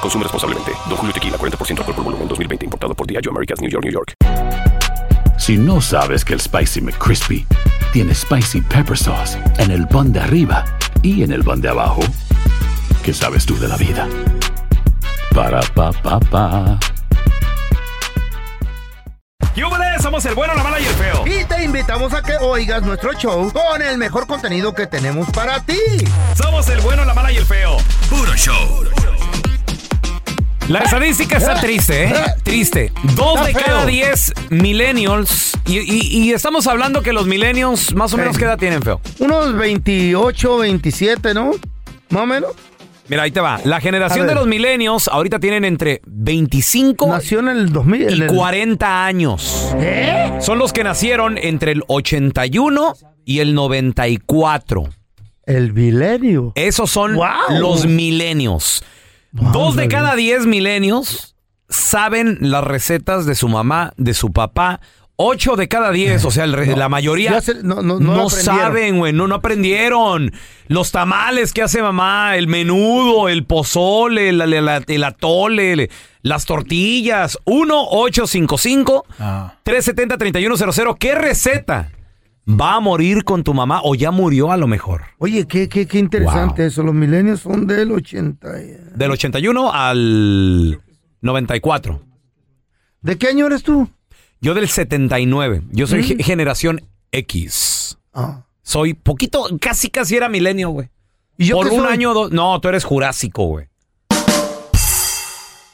Consume responsablemente. Don Julio Tequila, 40% alcohol por volumen, 2020. Importado por Diageo Americas, New York, New York. Si no sabes que el Spicy McCrispy tiene Spicy Pepper Sauce en el pan de arriba y en el pan de abajo, ¿qué sabes tú de la vida? Para, pa, pa, pa. ¡Yúbales! Somos el bueno, la mala y el feo. Y te invitamos a que oigas nuestro show con el mejor contenido que tenemos para ti. Somos el bueno, la mala y el feo. Puro show. La estadística está triste, ¿eh? Triste. Dos de feo. cada diez millennials. Y, y- y estamos hablando que los millennials, más o menos, ¿qué edad tienen, feo? Unos 28, 27, ¿no? Más o menos. Mira, ahí te va. La A generación de ver. los millennials ahorita tienen entre 25 Nació en el 2000. en y el- ¿Eh? 40 años. Son los que nacieron entre el 81 y el 94. El milenio. Esos son ¡Wow! los milenios. Dos de cada diez milenios saben las recetas de su mamá, de su papá. Ocho de cada diez, o sea, el re- la mayoría Ya se- no- no- no aprendieron. saben, güey, no, no aprendieron. Los tamales que hace mamá, el menudo, el pozole, la- la- la- el atole, le- las tortillas. 1-855-370-3100. Ah. 3100 ¿Qué receta va a morir con tu mamá o ya murió a lo mejor? Oye, qué, qué, qué interesante eso. Los milenios son del 80. y- Del 81 al 94. ¿De qué año eres tú? Mm. Yo del 79. Yo soy ge- generación X. Ah. Soy poquito, casi casi era milenio, güey. ¿Y yo Por qué un soy? año o dos. No, tú eres jurásico, güey.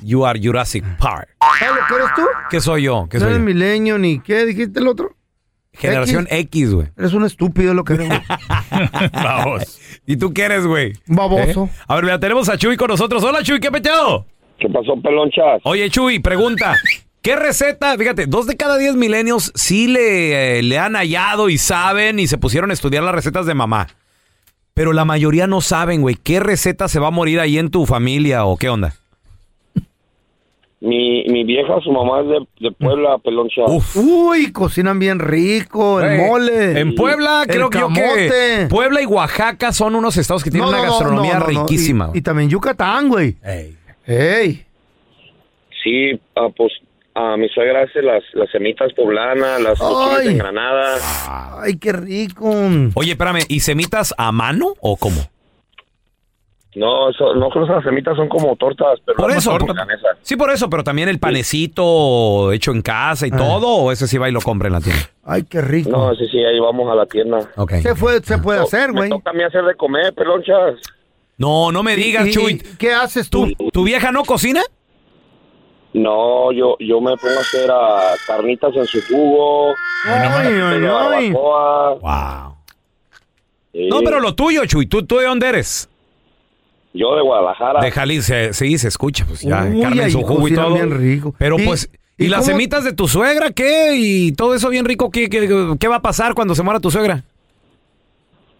You are Jurassic Park. ¿Sabes lo que eres tú? ¿Qué soy yo? ¿Qué No soy eres yo? milenio ni qué. ¿Dijiste el otro? Generación X, güey. Eres un estúpido lo que eres. güey. Vamos. ¿Y tú qué eres, güey? Baboso. ¿Eh? A ver, mira, tenemos a Chuy con nosotros. Hola, Chuy, ¿qué peteado? ¿Qué pasó, pelonchas? Oye, Chuy, pregunta. ¿Qué receta? Fíjate, dos de cada diez milenios sí le, eh, le han hallado y saben y se pusieron a estudiar las recetas de mamá. Pero la mayoría no saben, güey. ¿Qué receta se va a morir ahí en tu familia o qué onda? Mi, mi vieja, su mamá es de, de Puebla, pelonchas. Uf. Uy, cocinan bien rico. El Güey, Pues, mole. En Puebla, el creo que yo que camote. Puebla y Oaxaca son unos estados que tienen No, una no, no, gastronomía no, no, no. Y- riquísima. Y, güey. también Yucatán, güey. ¡Ey! Sí, ah, pues a mi suegra hace las, las semitas poblanas, las Ay. cochinas de Granada. ¡Ay, qué rico! Oye, espérame, ¿y semitas a mano o cómo? No, eso- no creo que las semitas son como tortas, pero Por no eso. son por- milanesas. sí, por eso, pero también el panecito hecho en casa y todo, o ese sí va y lo compra en la tienda. Ah. ¡Ay, qué rico! No, sí, sí, ahí vamos a la tienda. Ok. se, fue- se puede hacer, Me güey. toca a mí hacer de comer, pelonchas. No, no me digas, ¿Y- y- Chuy. ¿Qué haces tú? ¿Tu, tu vieja no cocina? No, yo, yo me pongo a hacer ah, carnitas en su jugo. ¡Ay, ay, ay! barbacoa. Wow. Sí. No, pero lo tuyo, Chuy. ¿Tú, tú de dónde eres? Yo de Guadalajara. De Jalisco. eh, Sí, se escucha. Pues ya, Uy, Carmen, ahí su jugo y cocinan todo. bien rico. Pero ¿Y- pues, ¿y, y las cómo- semitas de tu suegra qué? ¿Y todo eso bien rico? ¿Qué, qué, qué va a pasar cuando se muera tu suegra?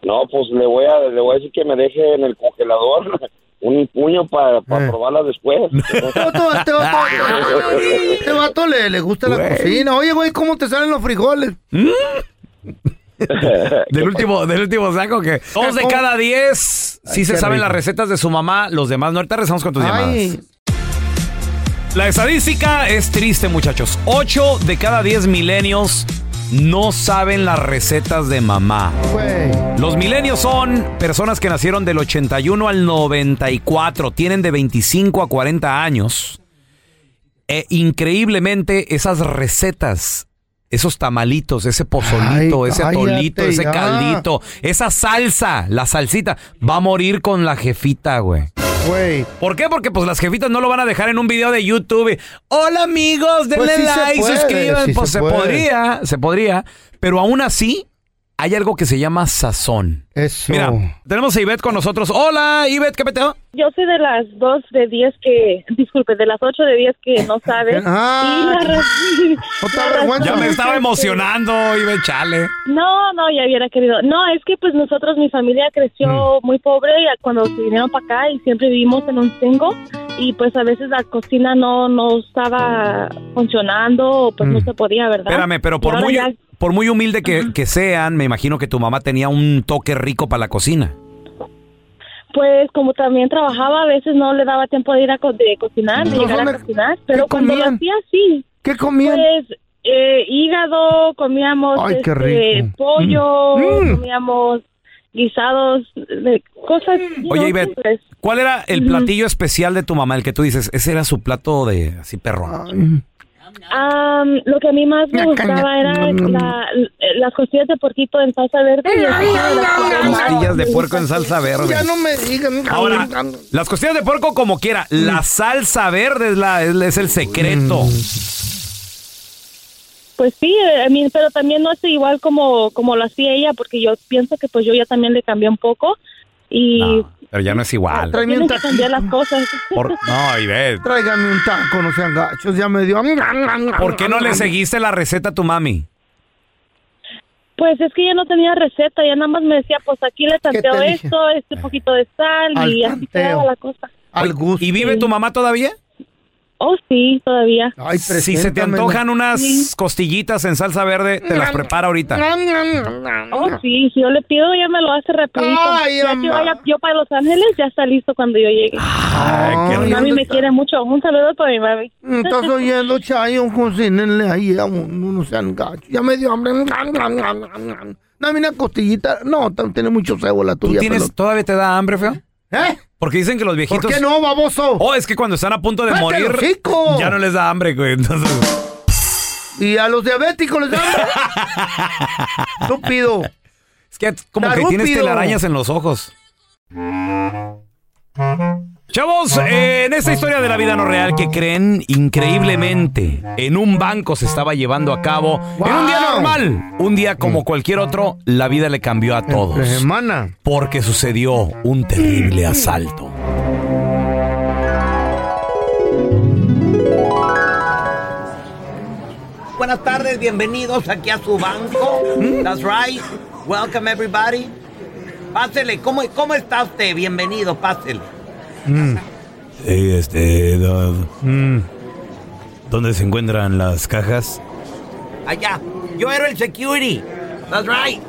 No, pues le voy a, le voy a decir que me deje en el congelador un puño para Eh. probarla después. Toto, este vato, este vato le, le gusta la cocina. Oye, güey, ¿cómo te salen los frijoles? ¿Mm? Del último, del último saco que... Dos de ¿Cómo? cada diez sí Ay, se qué saben rico. las recetas de su mamá. Los demás no. Ahorita rezamos con tus llamadas. Ay, La estadística es triste, muchachos. 8 de cada 10 milenios no saben las recetas de mamá. güey. Los milenios son personas que nacieron del 81 al 94, tienen de 25 a 40 años eh, increíblemente esas recetas, esos tamalitos, ese pozolito, Ay, ese atolito, cállate ese ya. caldito, esa salsa, la salsita, va a morir con la jefita, güey. Güey. ¿Por qué? Porque pues las jefitas no lo van a dejar en un video de YouTube. Hola amigos, denle Pues sí se like, puede, suscriban. sí pues se se, puede. podría, se podría. Pero aún así, hay algo que se llama sazón. Eso. Mira, tenemos a Ivette con nosotros. Hola, Ivette, ¿qué peteo? Yo soy de las 2 de 10 que, disculpe, de las 8 de 10 que no saben. Ah. Y la razón- No te la avergüenza. Ya razón me es estaba que- emocionando, Ivette, chale. No, no, ya hubiera querido. No, es que pues nosotros, mi familia creció muy pobre y cuando se vinieron para acá y siempre vivimos en un single y pues a veces la cocina no no estaba funcionando o pues no se podía, ¿verdad? Espérame, pero por Y ahora muy, ya- por muy humilde que, que sean, me imagino que tu mamá tenía un toque rico para la cocina. Pues como también trabajaba, a veces no le daba tiempo de ir a co- de cocinar, de Pero llegar ¿dónde- a cocinar, qué pero cuando lo comían? hacía, sí. ¿Qué comían? Pues eh, hígado, comíamos Ay, qué este, rico. pollo, Mm. comíamos guisados, de cosas. Mm. Oye, no, Ivette, pues, ¿cuál era el platillo especial de tu mamá? El que tú dices, ese era su plato de así Ah. perro. Ay, am, lo que a mí más me Ña, caña. gustaba era Mm, mm, la- eh, las costillas de porquito en salsa verde. y así, las cosas más Costillas de me puerco en gustan. salsa verde. Ya no me digan. Ahora, las costillas de puerco como quiera, la Mm. salsa verde es, la, es, es el secreto. Mm. Pues sí, eh, I mean, pero también no es igual como, como lo hacía ella, porque yo pienso que pues yo ya también le cambié un poco y No, pero ya no es igual. tráeme un tienes que taco. cambiar las cosas. Por- no, Ivette, Tráigame un taco, no sean gachos. Ya me dio. ¿por qué no le seguiste la receta a tu mami? Pues es que ya no tenía receta, ya nada más me decía, pues aquí le tanteo te dije? esto, este poquito de sal Al y así tanteo. quedaba la cosa. Al gusto. ¿Y vive tu mamá todavía? Oh, sí, todavía. Ay, Si se te preséntamela. antojan unas costillitas en salsa verde, te las prepara ahorita. Oh, sí, si yo le pido, ya me lo hace rapidito. Ay, ya mamá. que vaya yo para Los Ángeles, ya está listo cuando yo llegue. Ah, Ay, qué Ay, rico. mami ¿dónde me está? quiere mucho. Un saludo para mi mami. Estás oyendo, Chayo, cocínenle ahí a uno, no sean gachos. Ya me dio hambre. Dame una costillita. No, t- tiene mucho cebo la ¿Tú tuya. tienes, pelota. todavía te da hambre, feo? ¿Eh? Porque dicen que los viejitos... ¿Por qué no, baboso? Oh, es que cuando están a punto de ¡Cállate el morir, hocico! ya no les da hambre, güey. Entonces, Y a los diabéticos les da hambre. Estúpido. es que como que Tarúpido. tienes telarañas en los ojos. Chavos, eh, en esta historia de la vida no real que creen increíblemente en un banco se estaba llevando a cabo en un día Wow. normal, un día como cualquier otro, la vida le cambió a todos. La semana. Mm. porque sucedió un terrible asalto. Buenas tardes, bienvenidos aquí a su banco. Mm. That's right. Welcome everybody. Pásele, ¿cómo, cómo está usted? Bienvenido, pásele. Mm. Sí, este. do- ¿Dónde se encuentran las cajas? Allá. Yo era el security. That's right.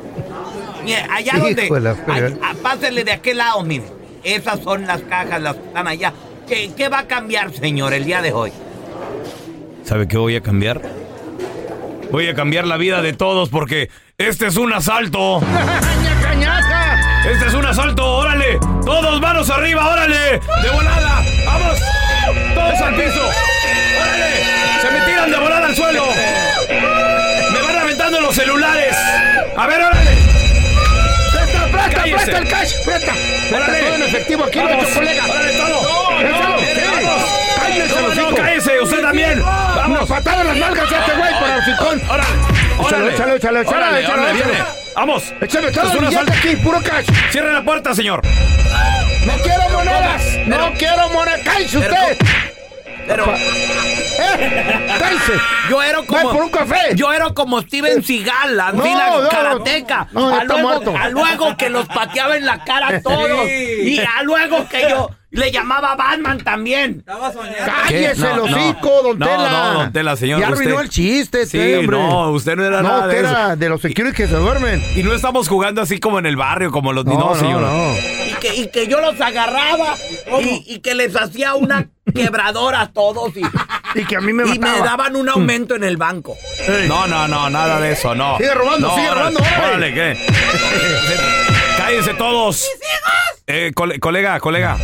Mire, allá donde. Hijo de la fregada. allá- ah, pásele de aquel lado, mire. Esas son las cajas, las que están allá. ¿Qué, ¿Qué va a cambiar, señor, el día de hoy? ¿Sabe qué voy a cambiar? Voy a cambiar la vida de todos porque este es un asalto. Este es un asalto, órale. Todos manos arriba, órale. De volada, vamos. Todos al piso. Órale. Se me tiran de volada al suelo. Me van aventando los celulares. A ver, órale. ¡Presta, presta, Cállese. presta el cash! ¡Presta! ¡Presta Órale. todo en efectivo aquí, Vamos. nuestro colega! Órale, todo. ¡Échalo! Órale, ¡Sí! vamos. ¡Cállense, No, no, hocico! cállese, usted también. ¡Una Vamos. patada en las nalgas a este güey para el hocicón! Órale. Échalo, Órale. échalo, échalo, échalo, Órale, échalo, órale, échalo. viene. Vamos. ¡Échame Esto todo es el un billete asalto. aquí, puro cash! Cierre la puerta, señor. ¡No quiero monedas! ¡No quiero monedas! ¡Cállese usted! Pero ¡Eh! ¡Cállese! yo era como. ¡Ven por un café! Eh, Yo era como Steven Seagal, la No, fila no, karateca. no, ya a, está muerto. luego, a luego que los pateaba en la cara a todos. Y a luego que yo le llamaba Batman también. ¡Cállese ¿Qué? el No, no. hocico, don No, Tela! no, don Tela, señor, Ya arruinó usted- el chiste, Sí, este, hombre. no, usted no era No, nada usted de eso. era de los security que se duermen. Y no estamos jugando así como en el barrio, como los no, señor. Y que, y que yo los agarraba y, y que les hacía una quebradora a todos. Y, Y que a mí me y me mataba. daban un aumento en el banco. No, no, no, nada de eso, no. Sigue robando, No, sigue robando, órale. Órale, ¿qué? Cállense todos. Eh, cole- colega, colega.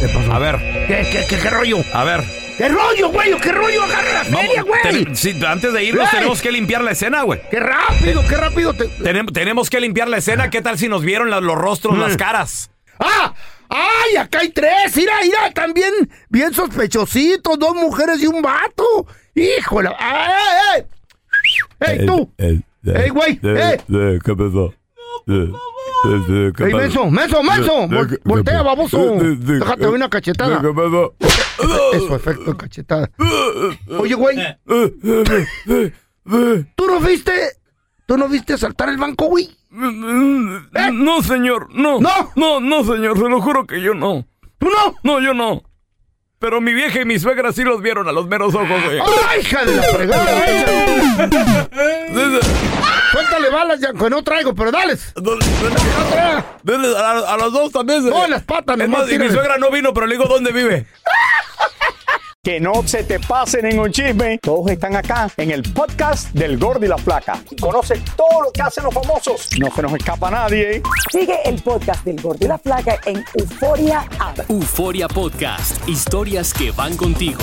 ¿Qué pasó? A ver, ¿Qué, qué, qué, qué rollo? a ver. ¿Qué rollo, güey? ¿Qué rollo? Agarra la Vamos, feria, güey. ten- sí, antes de irnos Güey. tenemos que limpiar la escena, güey. Qué rápido, qué rápido. Te... Tenem- tenemos que limpiar la escena. ¿Qué tal si nos vieron la- los rostros, Mm. las caras? ¡Ah! ¡Ay, acá hay tres! ¡Ira, ira! También bien sospechositos. Dos mujeres y un vato. ¡Híjole! ¡Ay, ay, ay! Eh, ¡Ey, tú! ¡Ey, güey! eh. ¡Ey! ¿Qué pasó? Eh, ¡Ey, menso! ¡Menso, menso! Vol- ¡Voltea, baboso! Eh, ¡Déjate doy una cachetada! ¿Qué pasó? Eso, efecto cachetada. Oye, güey, ¿tú no viste? ¿Tú no viste saltar el banco, güey? No, señor, no. ¿Eh? No. No, no, señor, se lo juro que yo no. ¡Tú no! No, yo no. Pero mi vieja y mi suegra sí los vieron a los meros ojos, güey. ¡Ay, hija de la fregada! ¿eh? Suéltale balas, ya, que no traigo, pero dales. Dele A, a los dos también se No, las patas, Es nomás más, y mi tírale. suegra no vino, pero le digo dónde vive. Que no se te pasen en un chisme. Todos están acá en el podcast del Gordi y la Flaca. Y Conoce todo lo que hacen los famosos. No se nos escapa nadie. ¿eh? Sigue el podcast del Gordo y la Flaca en Euforia App. Euforia Podcast. Historias que van contigo.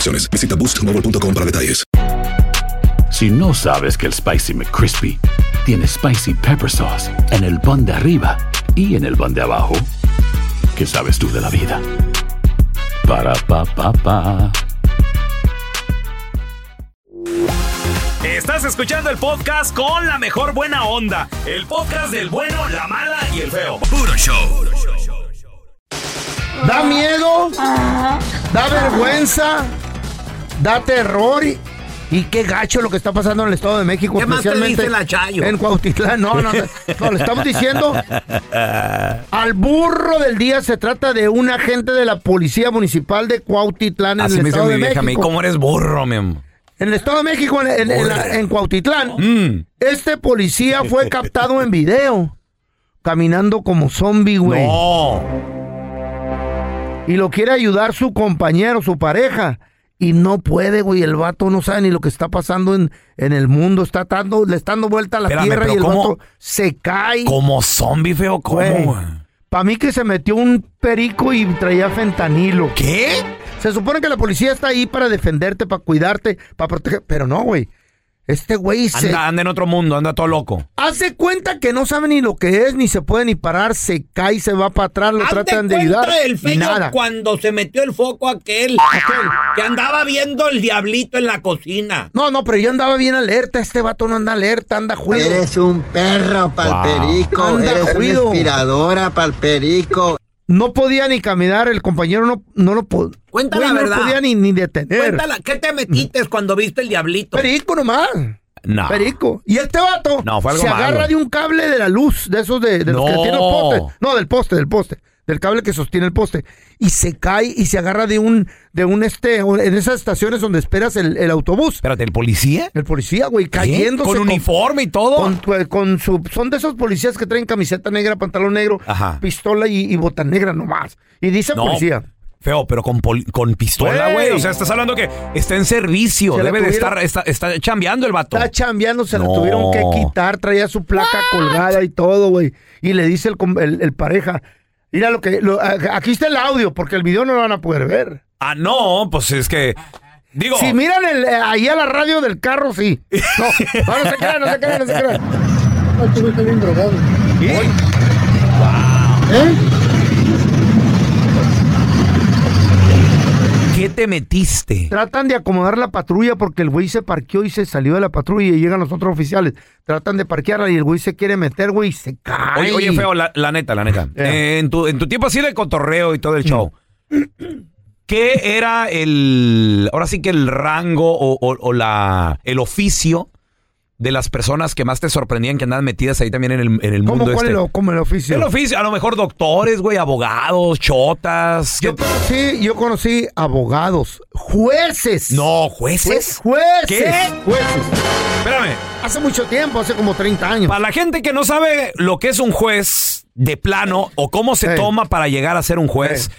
Visita boostmobile.com para detalles. Si no sabes que el Spicy McCrispy tiene spicy pepper sauce en el pan de arriba y en el pan de abajo, ¿qué sabes tú de la vida? Para pa pa pa. Estás escuchando el podcast con la mejor buena onda. El podcast del bueno, la mala y el feo. Puro show. Da miedo, da vergüenza, da terror y, y qué gacho lo que está pasando en el Estado de México. ¿Qué más te especialmente dice la Chayo? En Cuautitlán, no, no, no, le estamos diciendo al burro del día se trata de un agente de la Policía Municipal de Cuautitlán en Así el me dice Estado mi de vieja a mí. México. ¿Cómo eres burro, mi amor? En el Estado de México, en, en- en la- en Cuautitlán, Mm. este policía fue captado en video caminando como zombie, güey No. y lo quiere ayudar su compañero, su pareja. Y no puede, güey. El vato no sabe ni lo que está pasando en, en el mundo. Está dando, le está dando vuelta a la Espérame, tierra pero y el ¿cómo? vato se cae. Como zombie, feo, Güey. ¿cómo? güey? Para mí que se metió un perico y traía fentanilo. ¿Qué? Se supone que la policía está ahí para defenderte, para cuidarte, para proteger. Pero no, güey. Este güey se Anda, anda en otro mundo, anda todo loco. hace cuenta que no sabe ni lo que es, ni se puede ni parar. Se cae, se va para atrás, lo Hazte tratan de cuenta ayudar. del feo Nada. cuando se metió el foco aquel, que andaba viendo el diablito en la cocina. No, no, pero yo andaba bien alerta. Este vato no anda alerta, anda juido. un perro, palperico. Anda juido. Tiradora, palperico. No podía ni caminar, el compañero no, no lo podía. Cuenta la No verdad. lo podía ni, ni detener. Cuéntala, ¿qué te metiste cuando viste el diablito? Perico nomás. No. Perico. Y este vato No, fue algo se malo. agarra de un cable de la luz, de esos de, de los que No. tiene los postes. No, del poste, del poste. Del cable que sostiene el poste. Y se cae y se agarra de un, de un este, en esas estaciones donde esperas el, el autobús. Espérate, ¿el policía? El policía, güey, cayéndose. Con uniforme y todo. Con, tu- con su, son de esos policías que traen camiseta negra, pantalón negro, Ajá. pistola y, y bota negra nomás. Y dice No. policía. Feo, pero con, pol- con pistola, Güey. güey. O sea, estás hablando que está en servicio. Se la Debe de tuvieron- estar, está, está chambeando el vato. Está chambeando, se No. la tuvieron que quitar, traía su placa colgada y todo, güey. Y le dice el, com- el- el pareja, mira lo que, lo- a- aquí está el audio, porque el video no lo van a poder ver. Ah, no, pues es que. Digo, Si miran el, eh, ahí a la radio del carro, sí. No, no, no se crean, no se crean, no se crean. ¿Sí? ¿Eh? ¿qué te metiste? Tratan de acomodar la patrulla porque el güey se parqueó y se salió de la patrulla y llegan los otros oficiales. Tratan de parquearla y el güey se quiere meter, güey, y se cae. Oye, oye, feo, la, la neta, la neta. Eh, en, tu, en tu tiempo así de cotorreo y todo Mm. el show, ¿qué era el, ahora sí que el rango o, o- o la, el oficio de las personas que más te sorprendían que andaban metidas ahí también en el, en el ¿Cómo mundo cuál este? es lo- cómo el oficio? El oficio, a lo mejor doctores, güey, abogados, chotas. Yo conocí, yo conocí abogados, jueces. No, jueces. Jue- Jueces. ¿Qué? Jueces. Espérame. Hace mucho tiempo, hace como 30 años. Para la gente que no sabe lo que es un juez de plano o cómo se toma para llegar a ser un juez,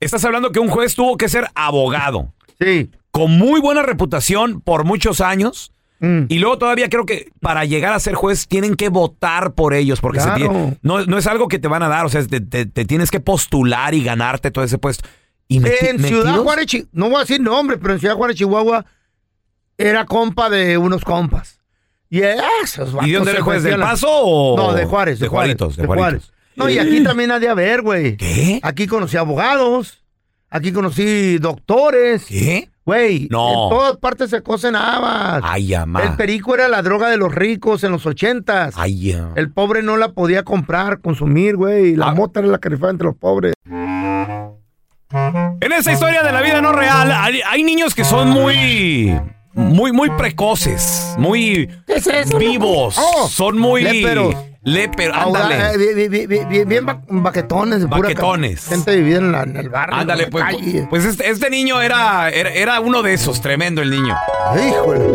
estás hablando que un juez tuvo que ser abogado. Sí. Con muy buena reputación por muchos años. Mm. Y luego todavía creo que para llegar a ser juez tienen que votar por ellos porque se Claro. tiene- no, no es algo que te van a dar, o sea, te, te- te tienes que postular y ganarte todo ese puesto. Y meti- en Ciudad metidos- Juárez, Chi- no voy a decir nombres, pero en Ciudad Juárez, Chihuahua, era compa de unos compas. Y eh, ah, esos vatos ¿Y de dónde se era juez? ¿Del metían la- Paso o- No, de Juárez. De, de Juárez, Juaritos, de de Juárez. Juaritos. No, y aquí también ha de haber, güey. ¿Qué? Aquí conocí abogados, aquí conocí doctores. ¿Qué? Güey, No. Ah. en todas partes se cocen habas. Ay, amá. El perico era la droga de los ricos en los ochentas. Ay, ah. El pobre no la podía comprar, consumir, güey. La mota era la que rifaba entre los pobres. En esa historia de la vida no real, hay, hay niños que son muy, muy, muy precoces, muy vivos, Oh, son muy léperos. Léperos, Ahoga- eh, ándale, bien, bien, bien- bien- bien ba- baquetones. de pura Baquetones. ca- gente vivida en, la- en el barrio. ándale, en la pues, calle. pues este, este niño era, era, era uno de esos, tremendo el niño. Híjole.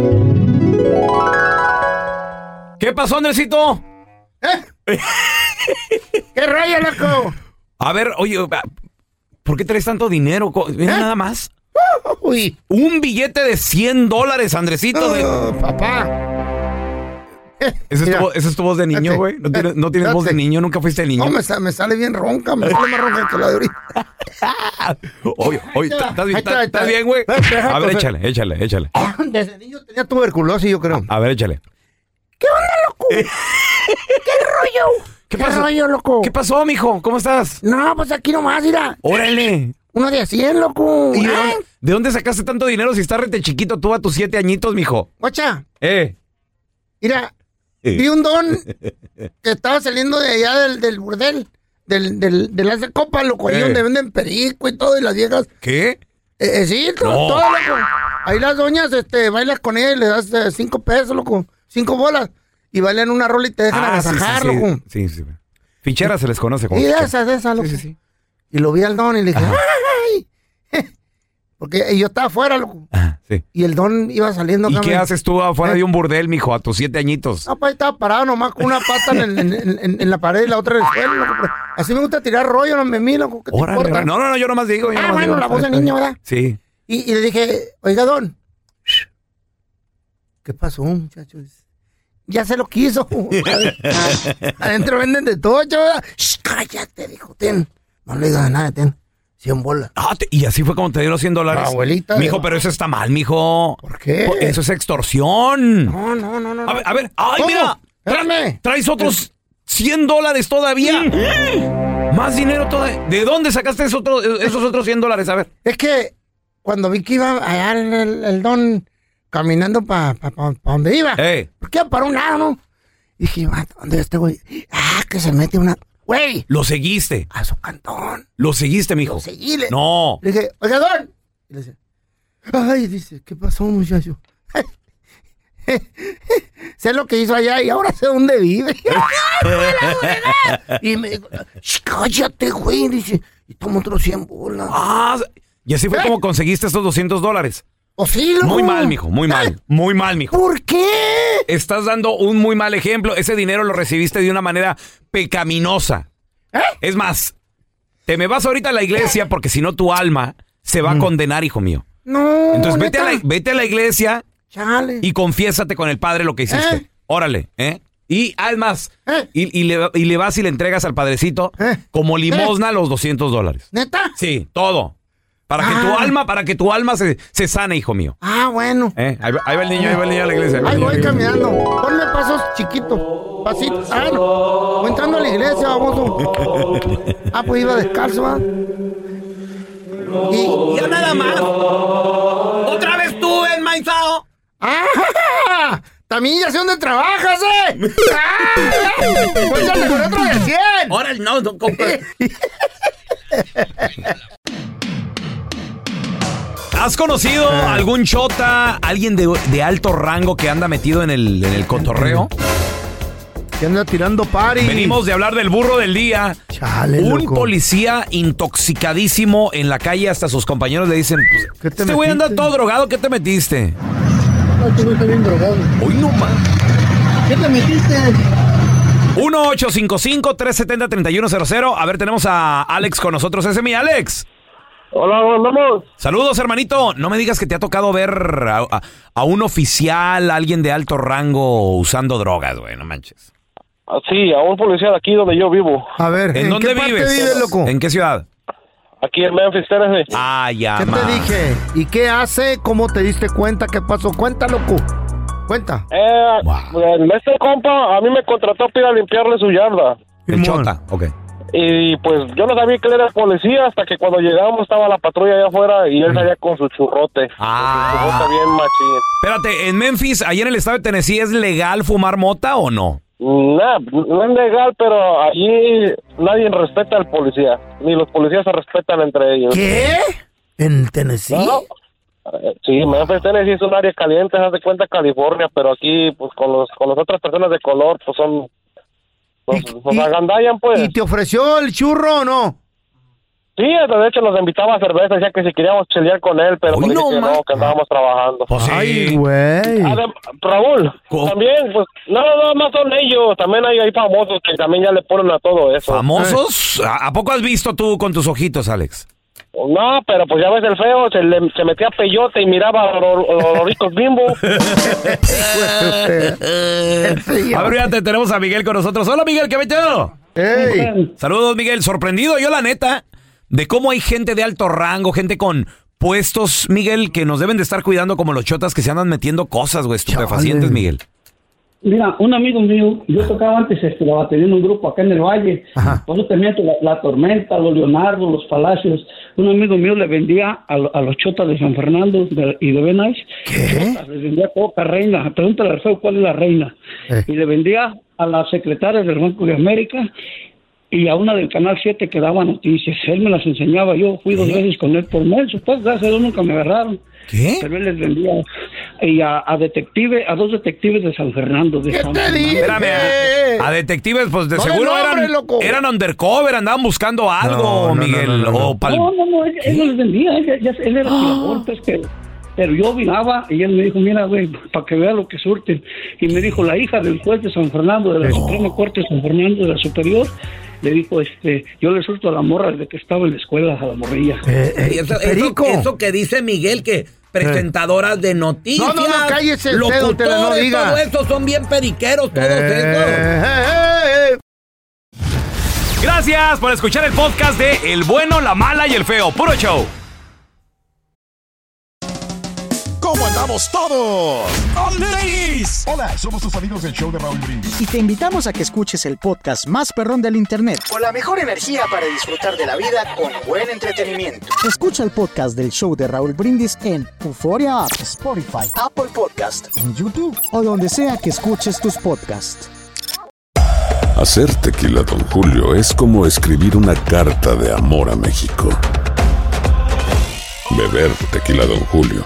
¿Qué pasó, Andresito? ¿Eh? ¡Qué rayo, loco! A ver, oye, va, ¿por qué traes tanto dinero? Co- Mira nada más. ¿Eh? Uy. Ah, Un billete de 100 dólares, Andresito. de- Papá. Esa es, tu, Mira. vo- esa es tu voz de niño, Espérate. güey. No tienes, no tienes voz de Espérate. niño, nunca fuiste niño. No, me, sa- me sale bien ronca. Me sale más ronca que la de ahorita. Oye, oye, Ahí te va, ¿estás bien- ahí te estás- va, ahí te va. estás bien, güey? Espérate, deja A ver, coser. échale, échale, échale. Desde niño tenía tuberculosis, yo creo. A ver, échale. Eh. ¿Qué rollo, loco? ¿Qué pasó, mijo? ¿Cómo estás? No, pues aquí nomás, mira. Órale. Uno de 100, loco. ¿Y de, Ay, dónde, de dónde sacaste tanto dinero si estás rete chiquito tú a tus siete añitos, mijo? Guacha, Eh. mira, Eh. vi un don que estaba saliendo de allá del, del burdel, del, del, del hace copa, loco, ahí Eh. donde venden perico y todo, y las viejas. ¿Qué? Eh, eh, sí, to- No. todo, loco. Ahí las doñas, este, bailas con ellas y le das eh, cinco pesos, loco, cinco bolas, y bailan una rola y te dejan Ah, sí, sí, agasajar, sí, loco. sí, sí. Fichera se les conoce como. Y de fichera. esas, de esas, loco. Y lo vi al don y le dije, ¡ay! Porque yo estaba afuera, loco. sí. Y el don iba saliendo. ¿Y acá, qué me- haces tú afuera eh. de un burdel, mijo, a tus siete añitos? No, pues estaba parado nomás con una pata en, en- en- en- en la pared y la otra en el suelo. loco, pero Así me gusta tirar rollo, no me miro. ¿qué te Órale, importa? órale. No, no, no, yo nomás digo. yo Ah, nomás bueno, digo. la voz de niño, ¿verdad? Sí. Y, y le dije, oiga, don. ¿Qué pasó, muchachos? Ya se lo quiso. Adentro venden de todo, chaval. Shh, cállate, dijo, ten. No le digas nada, ten. 100 bolas. Ah, te- y así fue como te dieron 100 dólares. La abuelita de- Mijo, pero eso está mal, mijo. ¿Por qué? Eso es extorsión. No, no, no, no. A ver, a ver. ¡Ay, ¿Cómo? mira! Espérame. Traes otros 100 dólares todavía. Más dinero todavía. ¿De dónde sacaste esos otros, esos otros 100 dólares? A ver. Es que cuando vi que iba allá el, el- el don caminando para pa, pa- pa donde iba, Ey. porque iba para un lado, ¿no? Y dije, "Ah, ¿dónde este güey? Ah, que se mete una. ¡Güey! Lo seguiste. A su cantón. Lo seguiste, mijo. seguí, le- No. Le dije, oiga, don. Y le dice, ay, dice, ¿qué pasó, muchacho? sé lo que hizo allá y ahora sé dónde vive. y me dijo, "Shh, cállate, güey. Dice, y toma otros 100 bolas. Ah, y así fue como conseguiste estos 200 dólares. O Oh, sí, loco. Muy mal, mijo. Muy mal. Muy mal, mijo. ¿Por qué? Estás dando un muy mal ejemplo. Ese dinero lo recibiste de una manera pecaminosa. ¿Eh? Es más, te me vas ahorita a la iglesia porque si no tu alma se va a condenar, hijo mío. Mm. No. Entonces vete a, neta. la, vete a la iglesia Chale. y confiésate con el padre lo que hiciste. ¿Eh? Órale, ¿eh? Y además, y, y le, y le vas y le entregas al padrecito como limosna los 200 dólares. Eh. ¿Neta? Sí, todo. Para que tu Ah. alma, para que tu alma se, se sane, hijo mío. Ah, bueno. ¿Eh? Ahí, va, ahí va el niño, ahí va el niño a la iglesia. ahí va el Ahí niño a la voy iglesia. caminando. Ponme pasos chiquitos. Pasitos. Ah, no. Voy entrando a la iglesia, vamos. Ah, pues iba descalzo, ¿va? Y yo nada más. ¿Otra vez tú, enmaizado? ¡Ah! También ya sé dónde trabajas, ¿eh? ¡Ah! Pues ya mejoré otro de 100. Órale, no, no compa. ¿Has conocido Ah. algún chota, alguien de, de alto rango que anda metido en el, en el cotorreo? Que anda tirando pari. Venimos de hablar del burro del día. Chale, Un loco. policía intoxicadísimo en la calle, hasta sus compañeros le dicen, pues, este güey anda todo drogado, ¿qué te metiste? No, este güey está bien drogado. Hoy no más. ¿Qué te metiste? 1-855-370-3100. A ver, tenemos a Alex con nosotros. Ese es mi Alex. Hola, vamos. Saludos, hermanito. No me digas que te ha tocado ver a, a- a un oficial, a alguien de alto rango usando drogas, güey. No manches. Ah, Sí, a un policía de aquí donde yo vivo. A ver, ¿En, dónde qué parte vives? vives, loco? ¿En qué ciudad? Aquí en Memphis, Tennessee. Ah, ya, ¿Qué te dije? ¿Y qué hace? ¿Cómo te diste cuenta? ¿Qué pasó? Cuenta, loco. Cuenta. Eh, eh, Este compa a mí me contrató para ir a limpiarle su yarda. El Chota, ok. Y pues yo no sabía que él era policía hasta que cuando llegamos estaba la patrulla allá afuera Mm. y él salía con su churrote. Ah. Con su churrote bien machín. Espérate, en Memphis, allá en el estado de Tennessee, ¿es legal fumar mota o no? Nah, no es legal, pero allí nadie respeta al policía. Ni los policías se respetan entre ellos. ¿Qué? ¿En Tennessee? Eh, Sí, Memphis, Tennessee es un área caliente, se hace cuenta California, pero aquí, pues con, los, con las otras personas de color, pues son. Nos, nos agandallan, pues. ¿Y te ofreció el churro o no? Sí, de hecho nos invitaba a cerveza, decía que si queríamos chelear con él, pero pues, dije que no, que andábamos trabajando. Ay, Pues güey. Adem- Raúl, también, pues, no, no, no, más son ellos, también hay, hay famosos que también ya le ponen a todo eso. ¿Famosos? Eh. ¿A, a poco has visto tú con tus ojitos, Alex? No, pero pues ya ves el feo, se, le- se metía peyote y miraba a los, los- los ricos bimbo. A ver, ya te tenemos a Miguel con nosotros. Hola, Miguel, ¿qué metido? Saludos, Miguel. Sorprendido yo, la neta, de cómo hay gente de alto rango, gente con puestos, Miguel, que nos deben de estar cuidando como los chotas que se andan metiendo cosas, güey, estupefacientes, Miguel. Mira, un amigo mío, yo tocaba antes este, la batería en un grupo acá en el Valle. Cuando te miento, la, la Tormenta, los Leonardo, los Palacios. Un amigo mío le vendía a, lo- a los chotas de San Fernando de- y de Benais. ¿Qué? Les vendía coca reina. Pregúntale al feo cuál es la reina. Y le vendía a las secretarias del Banco de América y a una del Canal 7 que daba noticias. Él me las enseñaba. Yo fui dos veces con él por mes. Pues gracias a Dios nunca me agarraron. ¿Qué? Pero él les vendía y a, a detective, a dos detectives de San Fernando. De San Fernando. Espérame, a, a detectives, pues de No le seguro nombres, eran, loco. eran undercover, andaban buscando algo, Miguel. o pal- No, no, no, él, él no les vendía, él, ya- ya- él era tirador, pues, que- pero yo miraba y él me dijo, mira, güey, para que vea lo que surten. Y me dijo, la hija del juez de San Fernando, de la Suprema Corte de San Fernando, de la Superior, le dijo, este, yo le surto a la morra desde que estaba en la escuela, a la morrilla. Y eso, eso- eso que dice Miguel que presentadoras de noticias, No, no, no, cállese, usted, locutores, don Tela, no diga. todo eso son bien periqueros todos Eh, estos. Gracias por escuchar el podcast de El Bueno, la Mala y el Feo. Puro show. ¿Cómo andamos todos? Hola, somos tus amigos del show de Raúl Brindis. Y te invitamos a que escuches el podcast más perrón del internet. Con la mejor energía para disfrutar de la vida con buen entretenimiento. Escucha el podcast del show de Raúl Brindis en Euforia App, Spotify, Apple Podcast. en YouTube o donde sea que escuches tus podcasts. Hacer tequila, Don Julio, es como escribir una carta de amor a México. Beber tequila, Don Julio,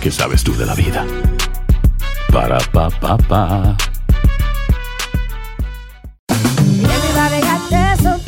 ¿qué sabes tú de la vida? Para, pa, pa, pa.